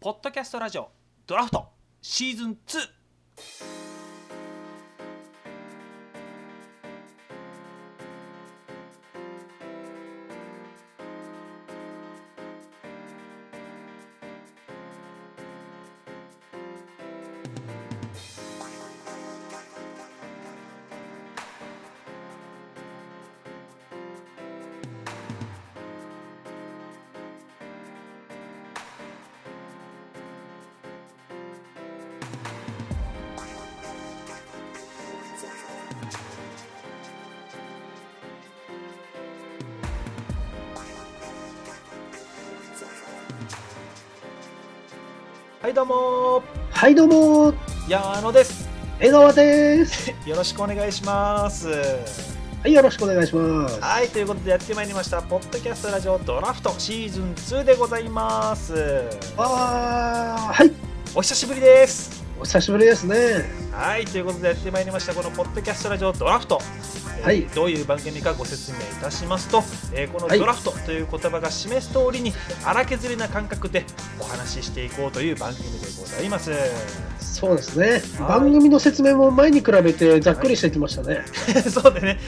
ポッドキャストラジオドラフトシーズン2はいどうもはいどうもー、山野です江川です。よろしくお願いしますはい、よろしくお願いします。はいということでやってまいりましたポッドキャストラジオドラフトシーズン2でございますあー、はい、お久しぶりですお久しぶりですね。はいということでやってまいりましたこのポッドキャストラジオドラフトえーはいどういう番組かご説明いたしますと、えーこのはいドラフトという言葉が示す通りに荒削りな感覚でお話ししていこうという番組でございます。そうですね。はい番組の説明も前に比べてざっくりしてきましたね。 そうでね、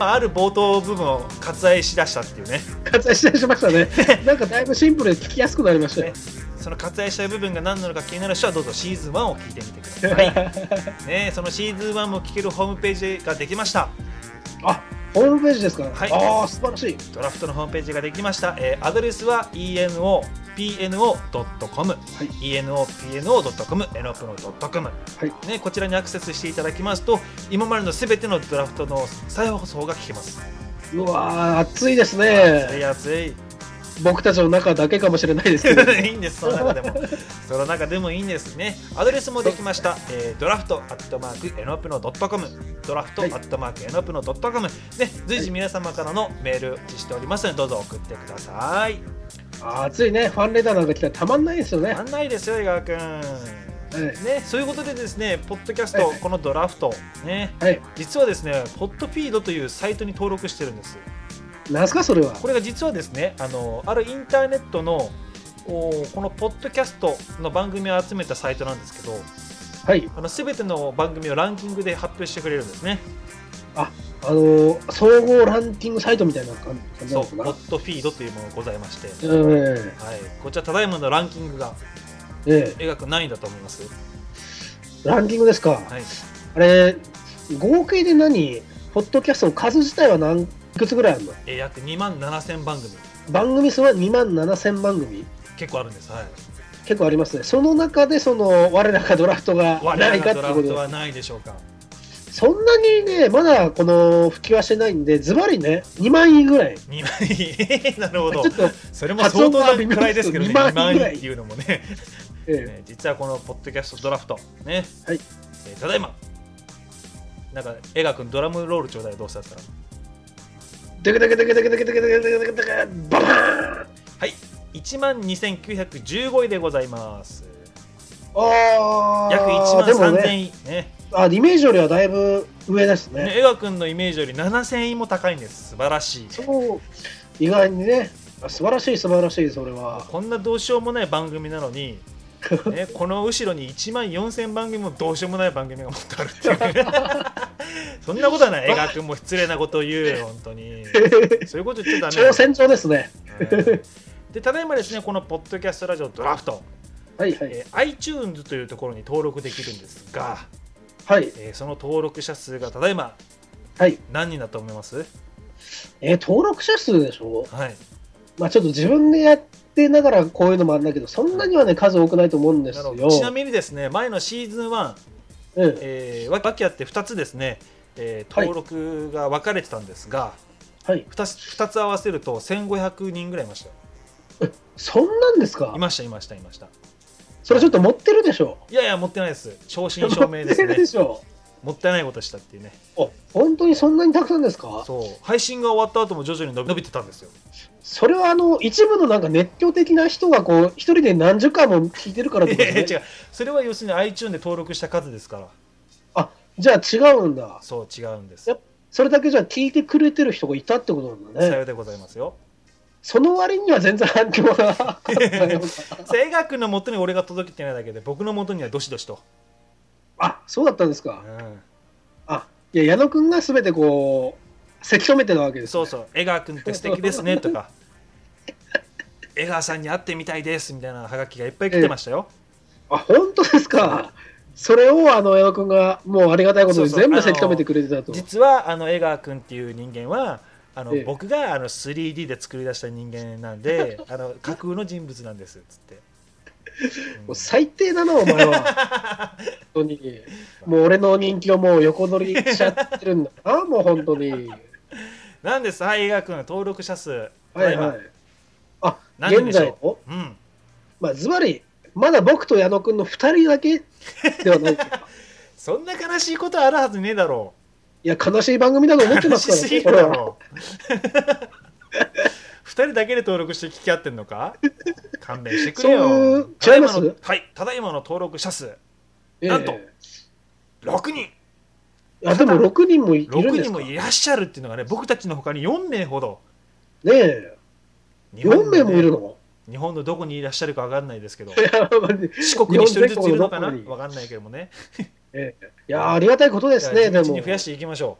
まあ、ある冒頭部分を割愛しだしたっていうね 割愛ししました ね。なんかだいぶシンプルで聞きやすくなりましたよ。その割愛した部分が何なのか気になる人はどうぞシーズン1を聞いてみてください。ね、そのシーズン1も聞けるホームページができました。 あ、ホームページですか。はいあー、素晴らしい。ドラフトのホームページができました。えーアドレスは enopno.com、い enopno.com、エノプノ .com、はいね。こちらにアクセスしていただきますと、今までのすべてのドラフトの再放送が聞けます。うわー、暑いです熱いね。熱い。僕たちの中だけかもしれないですけど。 いいんです、その中でも。その中でもいいんですね。アドレスもできました。えードラフトアットマークエノプノドットコム。ドラフトアはいットマークエノプノドットコム。ね、随時皆様からのメールお待ちしておりますので、どうぞ送ってください。あー暑いね。ファンレターなんか来たらたまんないですよね。は案内ですよ、井川くん。い。ね、そういうことでですね、ポッドキャスはいトは、いこのドラフト、ね、はい。実はですね、ポッドフィードというサイトに登録してるんです。なんすか、それは。これが実はですねあのあるインターネットのおこのポッドキャストの番組を集めたサイトなんですけどはい。あの全ての番組をランキングで発表してくれるんですねあのー総合ランキングサイトみたいな感じなそうのポかな。ッドフィードというものがございまして、ええはい、こちらただいまのランキングがええ描く何位だと思いますランキングですか。はいあれ、合計で何ポッドキャストの数自体は何いくつぐらいあるのえー約2万7000番組番組数は2万7000番組結構あるんですはい結構ありますね。その中で、その、我らがドラフトが我な々いがかってドいラうこフとトで。はないでしょうかそんなにね、まだこの、普及はしてないんで、ズバリね、2万位ぐらい。 2万位 なるほちどょっと、それも相当なくらいですけどね2発音が万微妙で位すけど2万っていうのもねええね実はこのポッドキャストドラフトね、はいえーただいまなんか江川君ドラムロールちょうだいよどうしたらでけでけでけでけでけでけでけでけでけババーンはい1万2915位でございますあー約1万でも3000ね、位ねあ、イメージよりはだいぶ上ですねね。江川君のイメージより7000位も高いんです素晴らしいそう、意外にね、あ素晴らしい、素晴らしい、そ れは。こんなどうしようもない番組なのに、 ね、この後ろに1万4000番組もどうしようもない番組がもっとあるっていうね そんなことは ない江川君も失礼なことを言うよ本当にそういうこと言っちゃダメ挑戦状ですね。はいでただいまですねこのポッドキャストラジオドラフト、はいはい。えー iTunes というところに登録できるんですが、はい。えーその登録者数がただいまはい。何人だと思いますえー登録者数でしょはいまあちょっと自分でやってながらこういうのもあるんだけど、そんなにはね、数多くないと思うんですなよの。でちなみにですね前のシーズン1、うんえー、わわけあって2つですね、えーはい登録が分かれてたんですが、はい。 2, つ2つ合わせると1500人ぐらいいましたよそんなんですかいましたいましたいましたそれちょっと持ってるでしょいやいや持ってないです正真正銘です持 ってねるでしょもったいないことしたっていうねあ本当にそんなにたくさんですかそう配信が終わった後も徐々に伸び伸びてたんですよそれはあの、一部のなんか熱狂的な人がこう、一人で何十回も聞いてるからっていこと やいやね違うそれは要するに iTune で登録した数ですからじゃあ違うんだ。そう違うんですやっそれだけじゃ聞いてくれてる人がいたってことなんださね。ようでございますよその割には全然反響がなかっ たようなそれ映画君のもとに俺が届けてないだけで僕のもとにはどしどしと、あそうだったんですうか。ん、あいや矢野君がすべてこうせき止めてたわけです、そね。うそう「江川君って素敵ですね」と か「江川さんに会ってみたいです」みたいなハガキがいっぱい来てましたよ、あ本当ですか。それをあの矢野君がもうありがたいことにそうそう全部あのせき止めてくれてたと。実はあの江川君っていう人間はあの、ええ僕があの 3D で作り出した人間なん であの架空の人物なんですっつって、うんもう最低だなお前は。 本当にもう俺の人気をもう横取りしちゃってるんだなもう本当に。なんですはい江川君登録者数はいはい今。あ何人現でし在ょのう、うん、まあズバリまだ僕と矢野君の二人だけで はないですか。そんな悲しいことあるはずねえだろいや悲しい番組だと思ってうま悲すしすぎから、こるれだはろう二人だけで登録して聞き合ってんのか勘弁してくれそういようただ今違のいまはいただいまの登録者数ええなんと6人あでも6人もいるん6で人すもかねいらっしゃるっていうのがね僕たちのほかに4名ほどえ日本の4ね名もいるの日本のどこにいらっしゃるかわかんないですけどいやマジで四国に一人ずついるのかな日本全国のどこにわかんないけどもねええいやありがたいことですねじゃであも地道に増やしていきましょ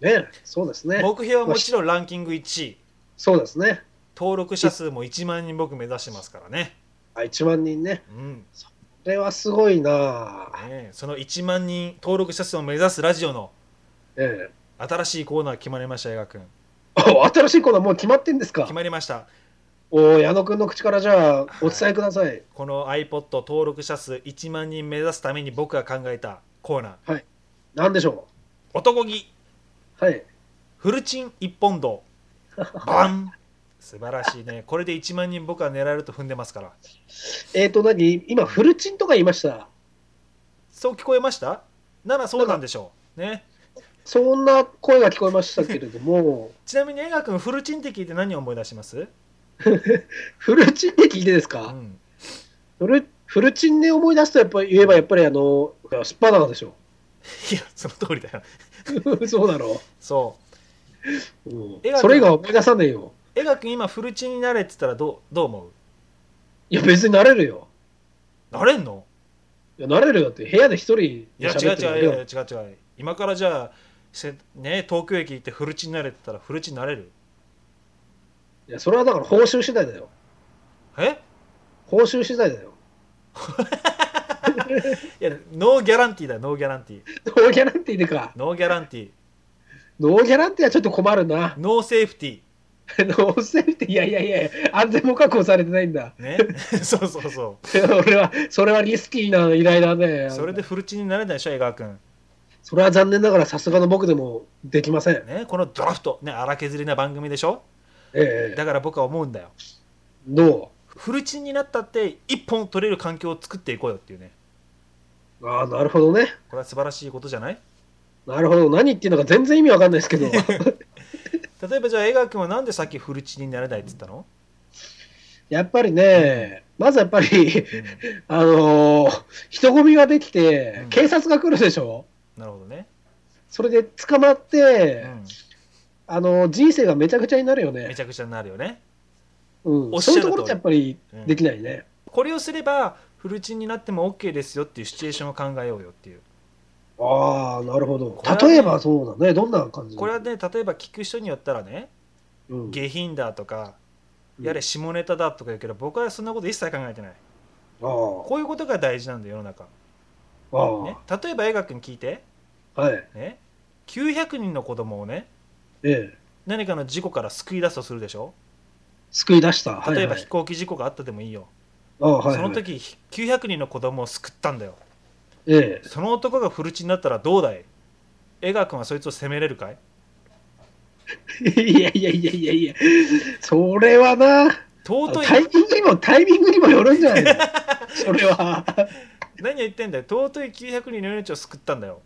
ねそうですうね目標はもちろんランキング1位そうですね登録者数も1万人僕目指してますからねあ1万人ねうんこれはすごいなあねその1万人登録者数を目指すラジオのええ新しいコーナー決まりました映画君お新しいコーナーもう決まってんですか決まりましたお矢野君の口からじゃあお伝えくださいこの iPod 登録者数1万人目指すために僕が考えたコーナー何でしょ男気うはいフルチン一本道バン素晴らしいねこれで1万人僕は狙えると踏んでますからえっ、と何今フルチンとか言いましたそう聞こえましたならそうなんでしょうねそんな声が聞こえましたけれども ちなみに江川君フルチンって聞いて何を思い出します、フルチンって聞いてですか、うん、フルフルチンで思い出すとやっぱ言えばやっぱりあのスパナーでしょ いやその通りだよそうだろ、そううん絵がそれ以外は思い出さねえよう江川君今フルチンになれって言ったらどうどう思いや別になれるようなれんのいやなれるよって部屋で一人いやで違う喋違ってるうだいけやだ違う違う今からじゃあせ、ね、東京駅行ってフルチンになれって言ったらフルチンになれるいやそれはだから報酬次第だよえ報酬次第だよいやノーギャランティーだよノーギャランティーノーギャランティーでかノーギャランティーノーギャランティーはちょっと困るなノーセーフティーノーセーフティーいやいやいや安全も確保されてないんだ ね、そうそうそ俺はそれはリスキーな依頼だねうそれでフルチンになれないでしょ江川君それは残念ながらさすがの僕でもできませんねこのドラフトね荒削りな番組でしょええだから僕は思うんだよどうフルチンになったって一本取れる環境を作っていこうよっていうねああ、なるほどね。これは素晴らしいことじゃないなるほど。何言ってるのか全然意味わかんないですけ ど。例えばじゃあ江川君はなんでさっきフルチンになれないって言ったの、やっぱりね、まずやっぱり、うんあのー人混みができうてん、警察が来るでしょ、なるほどね、それで捕まっうて、ん、あのー人生がめちゃくちゃになるよめね。ちゃくちゃになるよねうおっん、しゃそうる通りいうところってやっぱりうんできないね。これをすればフルチンになっても OK ですよっていうシチュエーションを考えようよっていうああ、なるほどこれは。ね例えばそうだね。どんな感じこれはね例えば聞く人によったらねうん下品だとかうんやれ下ネタだとか言うけど僕はそんなこと一切考えてないあーこういうことが大事なんだよ世の中、あー、ね、例えば映画君聞いて、はい。ね、900人の子供をねええ。何かの事故から救い出すとするでしょ救い出した。はいは例いえば飛行機事故があったでもいいよ、ああ、はい、はい。その時900人の子供を救ったんだよええ。その男がフルチになったらどうだい江川君はそいつを責めれるかい いやいやいやいやいや、それはな。尊いタイミングにも、タイミングにもよるんじゃないのそれは。何を言ってんだよ尊い900人の命を救ったんだよ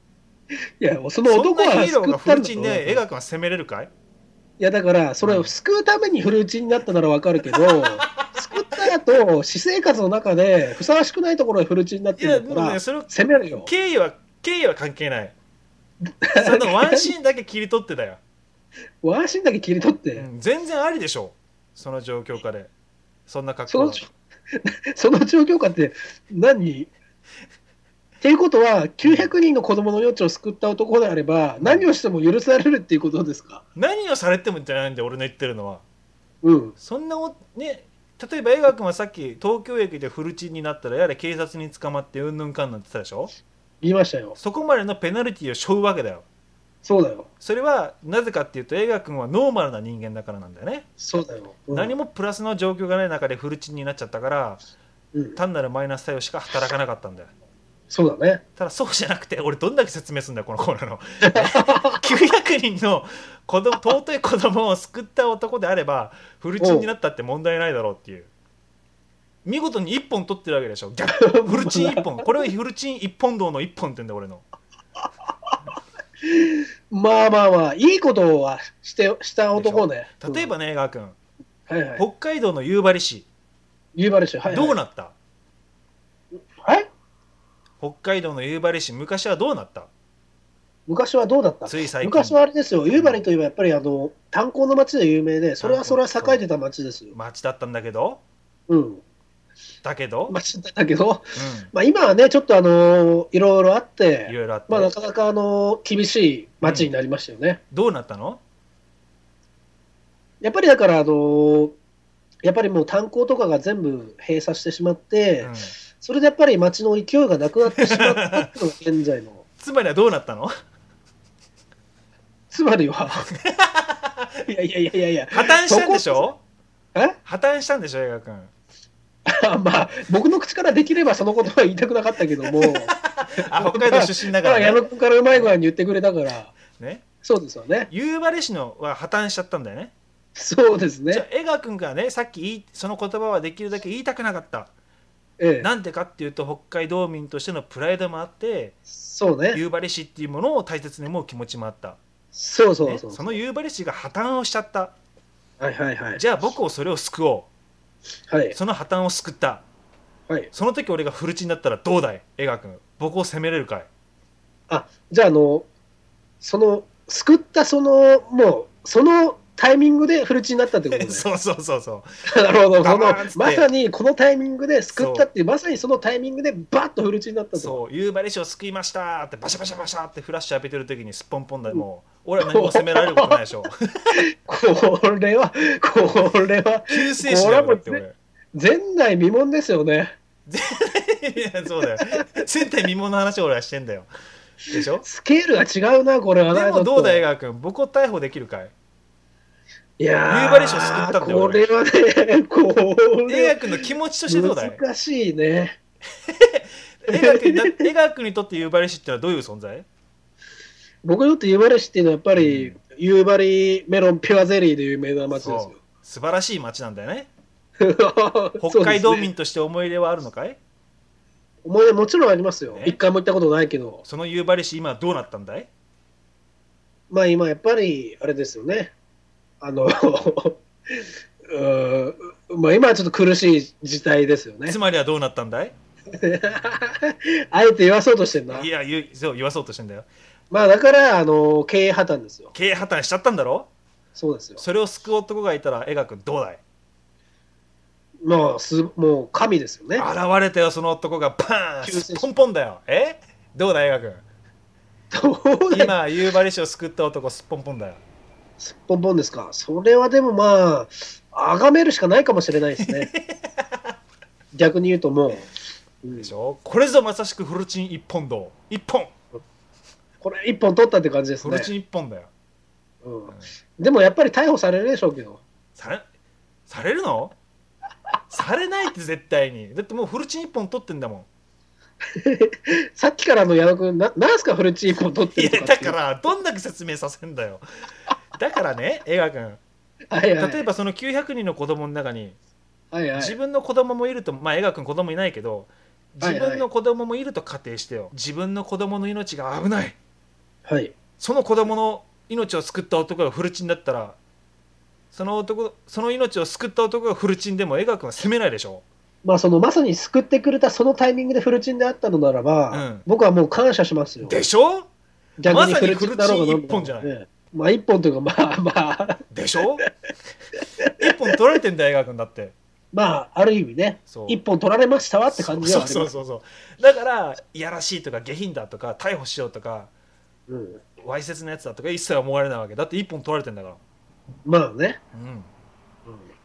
いや、そのそん男なはヒーロー救がっフたルんチだンろでい江川君は責めれるかいや、だから、それを救うためにフル打ちになったならわか るけど、救った後、私生活の中で、ふさわしくないところでフル打ちになっいてやるんでだもかねら、それを責めるよ。経緯は経緯は関係ないそのワンシーンだけ切り取ってだよ、ワンシーンだけ切り取っうて、ん全然ありでしょその状況下でそんな格好その、その状況下って何っていうことは、900人の子供の命を救った男であれば、何をしても許されるっていうことですか何をされてもじゃないんで俺の言ってるのはうん。そんなおね例えば江川君はさっき東京駅でフルチンになったらやれ警察に捕まってうんぬんかんなんて言ってたでしょ言いましたよ。そこまでのペナルティを背負うわけだよそうだよ。それはなぜかっていうと江川君はノーマルな人間だからなんだよね、そうだよ。うん、何もプラスの状況がない中でフルチンになっちゃったからうん、単なるマイナス対応しか働かなかったんだよそう だね。ただそうじゃなくて俺どんだけ説明すんだよこのコーナーの 900人の子供尊い子供を救った男であればフルチンになったって問題ないだろうっていう見事に1本取ってるわけでしょ逆フルチン1本これをフルチン1本道の1本って言うんだよ俺の まあまあまあ、いいことはしてした男ね。例えばね江川君うん、はいはい。北海道の夕張市夕張市、はい、はい。どうなったはい北海道の夕張市昔はどうなった昔はどうだったつい最近昔はあれですよ、夕張といえばやっぱりあの炭鉱の町で有名で、それはそれは栄えてた町ですよ。町だったんだけどうん。だけど、町だけど、まあ、今はね、ちょっとあのいろいろあっうん、いて、ろいろあって、まあ、なかなかあの厳しい町になりましたよね。どうなったのやっぱりだから、あのやっぱりもう炭鉱とかが全部閉鎖してしまって、うんそれでやっぱり町の勢いがなくなってしまったっていうのが現 在の、つまりはどうなったのつまり は、いやいやいやいやいや、破綻したんでしょえ破綻したんでしょ映画君あまあ、僕の口からできればそのことは言いたくなかったけども、あ北海道出身 だだかからら矢ね野君からうまい具合に言ってくれたから、ねそうですよね。夕張市のは破綻しちゃったんだよねそうですじゃあね。江川君がねさっき言いその言葉はできるだけ言いたくなかったええ、なんでかっていうと北海道民としてのプライドもあってそうね。夕張市っていうものを大切に思う気持ちもあったそうそうねそう。その夕張市が破綻をしちゃったはいはいはい。じゃあ僕をそれを救おはい。うその破綻を救ったはい、その時俺がフルチンだったらどうだい江川君僕を責めれるかいじゃあ、あの、その、救ったその、もう、そのタイミングでフルチになったってこと ね。そうそうそうそうなるほど。ガそバーのンっつってまさにこのタイミングで救ったっていう、まさにそのタイミングでバッとフルチになったと。そう夕張市を救いましたってバシャバシャバシャってフラッシュ浴びてる時にすっぽんぽんだもう俺は何も責められることないで しょこれは、これは、救世主だよだって俺前代未聞ですよね。いや そうだよ前代未聞の話を俺はしてんだよでしょスケールが違うな、これはなでもどうだちょっと江川君僕を逮捕できるかいいや夕張市を救ったんだよこれはね、こ江れ川君の気持ちとしてどうだいは難しいね。江川君だ江川君にとって夕張市ってのはどういう存在僕にとって夕張市っていうのはやっぱり夕張メロンピュアゼリーで有名な町ですよ。素晴らしい町なんだよね 北北海道民として思い入れはあるのかい思い出もちろんありますよね。一回も行ったことないけど。その夕張市今はどうなったんだいまあ今やっぱりあれですよね。あの、う ーんまあ今はちょっと苦しい事態ですよねつ。まりはどうなったんだい。あえて言わそうとしてんないや言うそう言わそうとしてんだよまあだから、あの、経営破綻ですよ。経営破綻しちゃったんだろそうですよ。それを救う男がいたら江川君どうだいまあ、すもう神ですよね。現れたよその男がバ救世ーン主ポンポンだよえどうだ江川君どうだ今夕張市を救った男すっぽんぽんだよすっぽんぽんですか。それはでもまあ、あがめるしかないかもしれないです ね。逆に言うともう、うんでしょこれぞまさしくフルチン一本道一本これ一本取ったって感じですフルね。チン一本だようん、でもやっぱり逮捕されるでしょうけど。されされるのされないって絶対にだってもうフルチン一本取ってんだもんさっきからの矢野君、ななんすかフルチー本取っているとやか。だかららどんだけ説明させんだよだからね江川君はいはい、例えばその900人の子供の中にはいはい、自分の子供もいるとまあ江川君子供いないけど自分の子供もいると仮定してよ自分の子供の命が危ないはい。その子供の命を救った男がフルチンだったらその男その命を救った男がフルチンでも江川君は責めないでしょまあそのまさに救ってくれたそのタイミングでフルチンであったのならば、うん僕はもう感謝しますよ。でしょ逆にまさにフルチンだろうがフルチン一本じゃないええまあ一本というかまあまあ でしょ 一本取られてんだよ映画君だってまあある意味ねそう一本取られましたわって感じそだうそうそうそうだからいやらしいとか下品だとか逮捕しようとかうん、わいせつなやつだとか一切思われないわけだって一本取られてんだから、まあね、うん、うん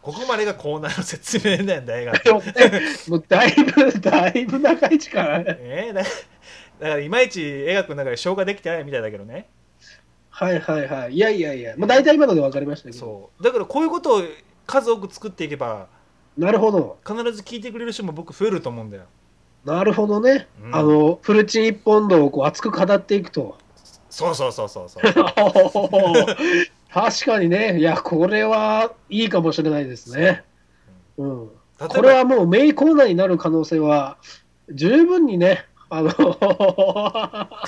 ここまでがコーナーの説明なんだ映画 でもねもうだいぶだいぶ長い時間えーだだからいまいち映画君の中で消化できてないみたいだけどねはいはいはいいやいやいや、まあ、大体今ので分かりましたけどそうだからこういうことを数多く作っていけばなるほど必ず聞いてくれる人も僕増えると思うんだよ、なるほどね、うんあのフルチン一本道をこう熱く語っていくと そうそうそうそうそう確かにねいやこれはいいかもしれないですね、う例ん、えば これはもうメインコーナーになる可能性は十分にねあの は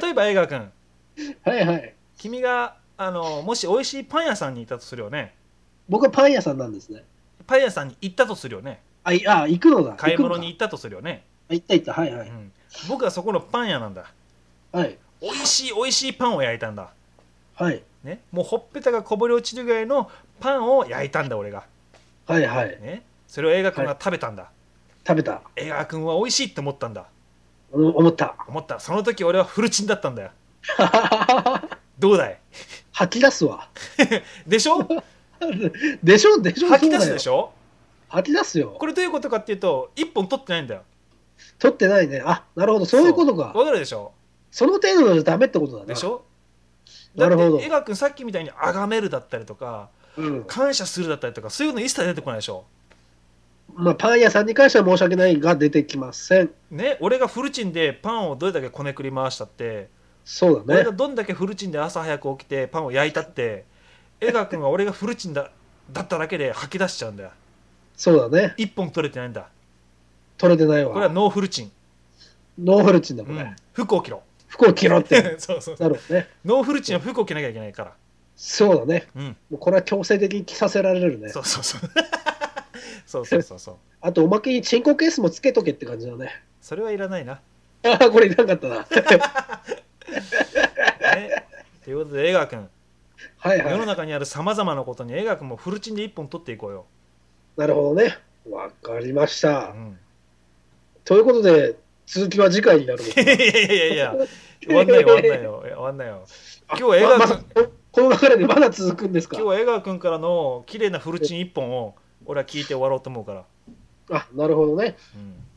例えば映画君いはい君があのもし美味しいパン屋さんにいたとするよね僕はパン屋さんなんですねパン屋さんに行ったとするよねあいあ行くのだ買い物行くのにだ行ったとするよね、あ行った行ったはいうはい、ん、僕はそこのパン屋なんだはい美味しい美味しいパンを焼いたんだはいねもうほっぺたがこぼれ落ちるぐらいのパンを焼いたんだ俺がはいはいねそれを映画君が食べたんだ、食べた映画君は美味しいって思ったんだうん思った思ったその時俺はフルチンだったんだよどうだい吐き出すわでしょでしょでしょ吐き出すでしょょ吐き出すよこれどういうことかっていうと1本取ってないんだよ取ってないねあなるほどそういうことかわかるでしょその程度じゃダメってことだねでしょだなってるほど江川君さっきみたいに崇めるだったりとかうん感謝するだったりとかそういうの一切出てこないでしょまあ、パン屋さんに関しては申し訳ないが出てきませんね俺がフルチンでパンをどれだけこねくり回したってそうだ俺ねがどんだけフルチンで朝早く起きてパンを焼いたって江川君は俺がフルチンだだっただけで吐き出しちゃうんだよそうだね1本取れてないんだ取れてないわこれはノーフルチン、ノーフルチンだこうれ、ん、服を着ろ服を着ろっ て そうそうなるほどねノーフルチンは服を着なきゃいけないからそうだねうんもうこれは強制的に着させられるねそうそうそう そうそうそうそうあとおまけにチンコケースもつけとけって感じだねそれはいらないな、ああこれいらんかったなね、ということで江川君はい世のは中にあるさまざまなことに映画君もフルチンで一本取っていこうよ、いなるほどねわかりましうたん、ということで続きは次回になるのいやいやいやいや終わんないよ終わん ないよ終わんないよ今日は映ま画まさ君ここの流れでまだ続くんですか今日は江川君からの綺麗なフルチン一本を俺は聞いて終わろうと思うから、あなるほどね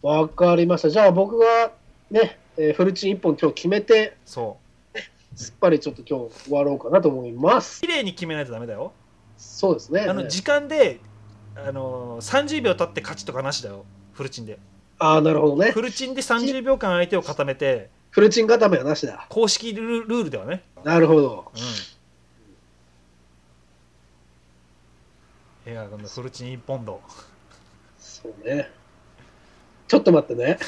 うん、わかりましたじゃあ僕がね、えーフルチン1本今日決めてそうすっぱりちょっと今日終わろうかなと思います綺麗に決めないとダメだよそうですねあの時間であの30秒経って勝ちとかなしだよフルチンでああなるほどねフルチンで30秒間相手を固めてフルチン固めはなしだ公式ルルールではね、なるほどうん、映画君のフルチン一本道そうねちょっと待ってね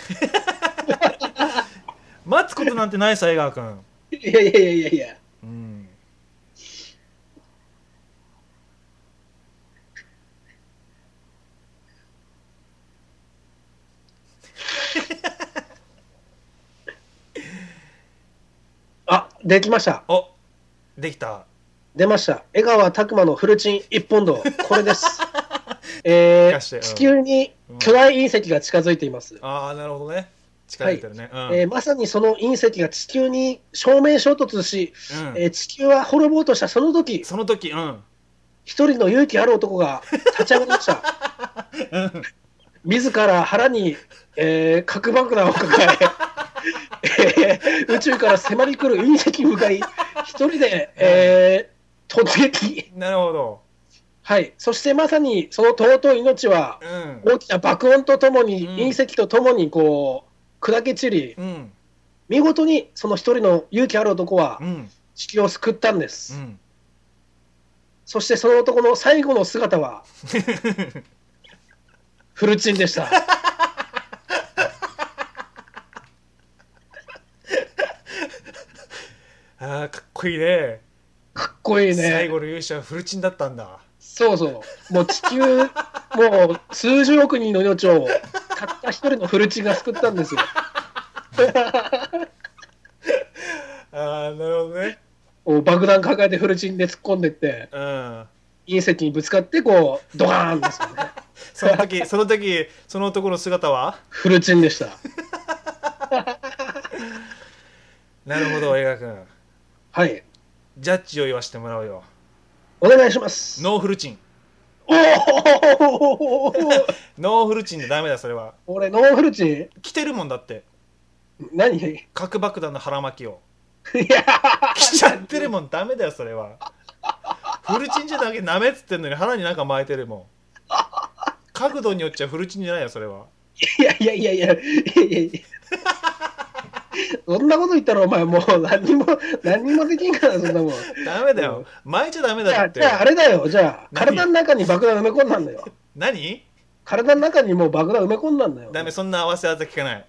待つことなんてないさ江川君いやいやいやいやいやうんあできましたおできた出ました江川拓磨のフルチン一本道これです え聞かしてうー、ん地球に巨大隕石が近づいています、ああなるほどね力入れてるね、えーまさにその隕石が地球に正面衝突し、うん、うんえー地球は滅ぼうとしたその時その時うん一人の勇気ある男が立ち上がりました。 自ら腹に、えー核爆弾を抱え、えー宇宙から迫り来る隕石に向かい、一人で、えー突撃。なるほどはい。そしてまさにその尊い命は、うん大きな爆音とともに、うん隕石とともに、こう、砕け散り、うん見事にその一人の勇気ある男はうん地球を救ったんです。うん そしてその男の最後の姿は、フルチンでした。ああかっこいいねかっこいいね。最後の勇者はフルチンだったんだそうそう。もう地球、もう数十億人の命を、たった一人のフルチンが救ったんですよ。ああなるほどねこう爆弾抱えてフルチンで突っ込んでって、うん、隕石にぶつかって、こう、ドカーンですよね。その 時その時その男の姿はフルチンでした。なるほど映画君はい。ジャッジを言わせてもらうよお願いします。ノーフルチンおおノーフルチンでダメだそれは俺、ノーフルチン着てるもんだって何 い核爆弾の腹巻きをや着ちゃってるもんダメだよそれはフルチンじゃだけなめっつってんのに腹になんか巻いてるもん角度によっちゃフルチンじゃないよそれはいやいやいやいやいやいや。そんなこと言ったらお前もう何にも何にもできんからそんなもん。ダメだよ巻いちゃダメじゃだあっじてゃああれだよじゃあ何体の中に爆弾埋め込んだんだよ。何体の中にもう爆弾埋め込んだんだよ。ダメそんな合わせ技聞かない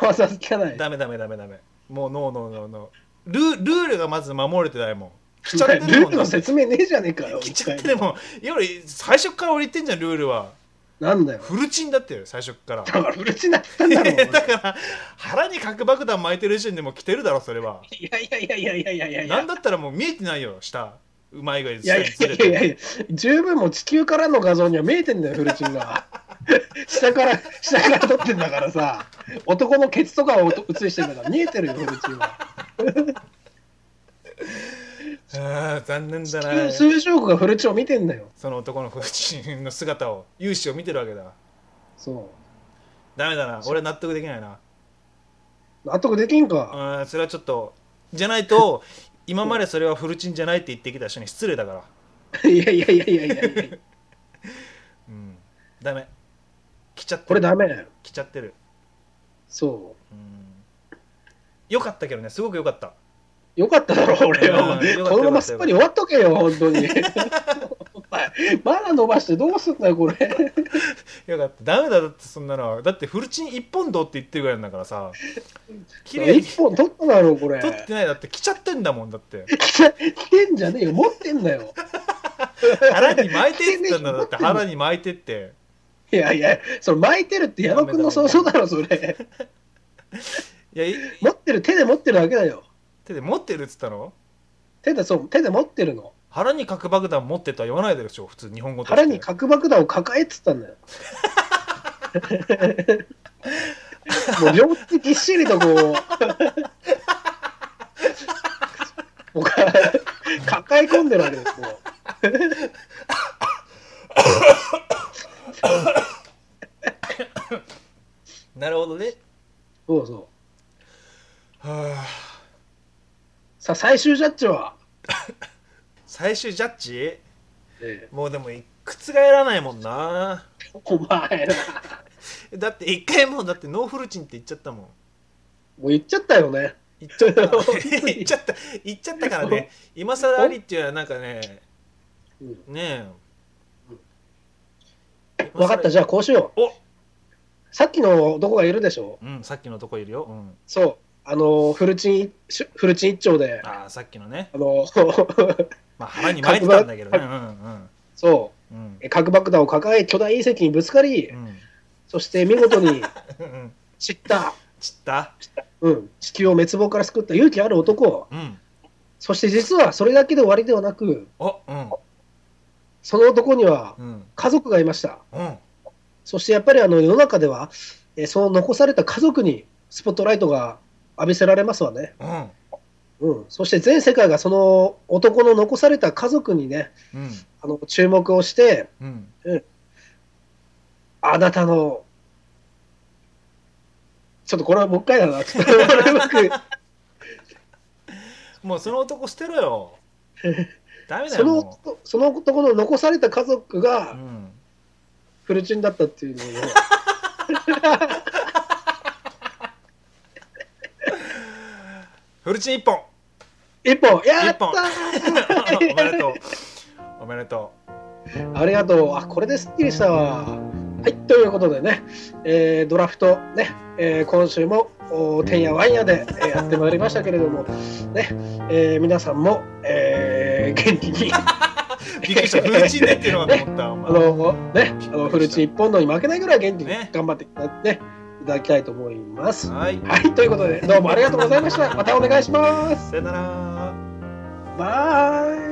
合わさず聞かない。ダメダメダメダメもうノーノーノーノールールールがまず守れてないもん着ちゃってルるもーんルだのって説明ねえじゃねえかよ。着ちゃってるもんより最初から俺言ってんじゃんルールはなん だよ。フルチンだってよ最初からだからフルチンなったんだろ。いや だから腹に核爆弾巻いてる時点でもう着てるだろそれはいやいやいやいやいやいやいやいなんや。だったらもう見えてないよ下うまい具合でいやいやいやいやいや十分もう地球からの画像には見えてんだよ、フルチンが。 下から、下から撮ってんだからさ、男のケツとかを映してんだから、見えてるよ、フルチンは。あー残念だな数数十億がフルチンを見てんだよ。その男のフルチンの姿を勇姿を見てるわけだそダメだな俺納得できないなう。納得できんか。あーそれはちょっとじゃないと今までそれはフルチンじゃないって言ってきた人に失礼だからいやいやいやいやいやいやうんダメ着ちゃってるこれダメだよ。着ちゃってるそうんよかったけどねすごくよかったう。よかっただろ、俺はうんよかったよかっ。たこのまますっぱり終わっとけよ、本 当に。お前まだ伸ばしてどうすんだよ、これ。よかったダメだだってそんなのはだってフルチン一本堂って言ってるぐらいなんだから さ綺麗に一本取っただろ、これ。取ってないだって着ちゃってんだもんだって来てんじゃねえよ、持ってんだよ。腹に巻いてって言ったんだだ って腹に巻いてっていやいや、それ巻いてるって矢野くんの想像だろ、それ。いやい持ってる、手で持ってるだけだよ。手で持ってるっつったの手で、そう、手で持ってるの。腹に核爆弾持ってとは言わないでしょ普通日本語として腹に核爆弾を抱えっつったんだよ。もう両手ぎっしりとこう。もうか抱え込んでるわけですもうなるほどねそうそう。はあさあ、最終ジャッジは、最終ジャッジええもうでも覆らないもんなお前ら、だって一回もうだってノーフルチンって言っちゃった もんもう言っちゃったよね。言っちゃっ本当たに言っちゃった言っちゃったからね今更ありっていうのはなんかねうんねえ分かった、じゃゃあこうしよう。おさっきの男がいるでしょうんさっきのとこいるよ、うん、そう。あの、フルチン、しフルチン一丁で、あああさっきのね、の、 まあ、腹に巻いてたんだけどねうんそうんうんう、核爆弾を抱え、巨大隕石にぶつかり、うんそして見事にうん散った、ちったうん、地球を滅亡から救った勇気ある男、うんそして実はそれだけで終わりではなく、おうんその男にはうん家族がいました。うんそしてやっぱりあの世の中では、えーその残された家族にスポットライトが浴びせられますわね。うんうん、そして全世界がその男の残された家族にね、うんあの注目をして、うんあなたの、ちょっとこれはもう一回だな、ちょっと俺うまくもうその男捨てろ よダメだそよのも男その男の残された家族う、うがん、フルチンだったっていうのを、フルチン一 本一本、やっ一本おめでとうおめでとたありがとう、あこれですっきりしたわ。はい、ということでね、えードラフトね、えー今週もおてんやわんやで、えーやってまいりましたけれども、ねえー皆さんも、えー元気に。うびっくりしたフルチンでっていうのかと思ったおあ前のね、あのフルチン一本のに負けないぐらい元気にね頑張っていただ,、ね、いただきたいと思います。はいはい、ということでどうもありがとうございました。またお願いします。さよならバイ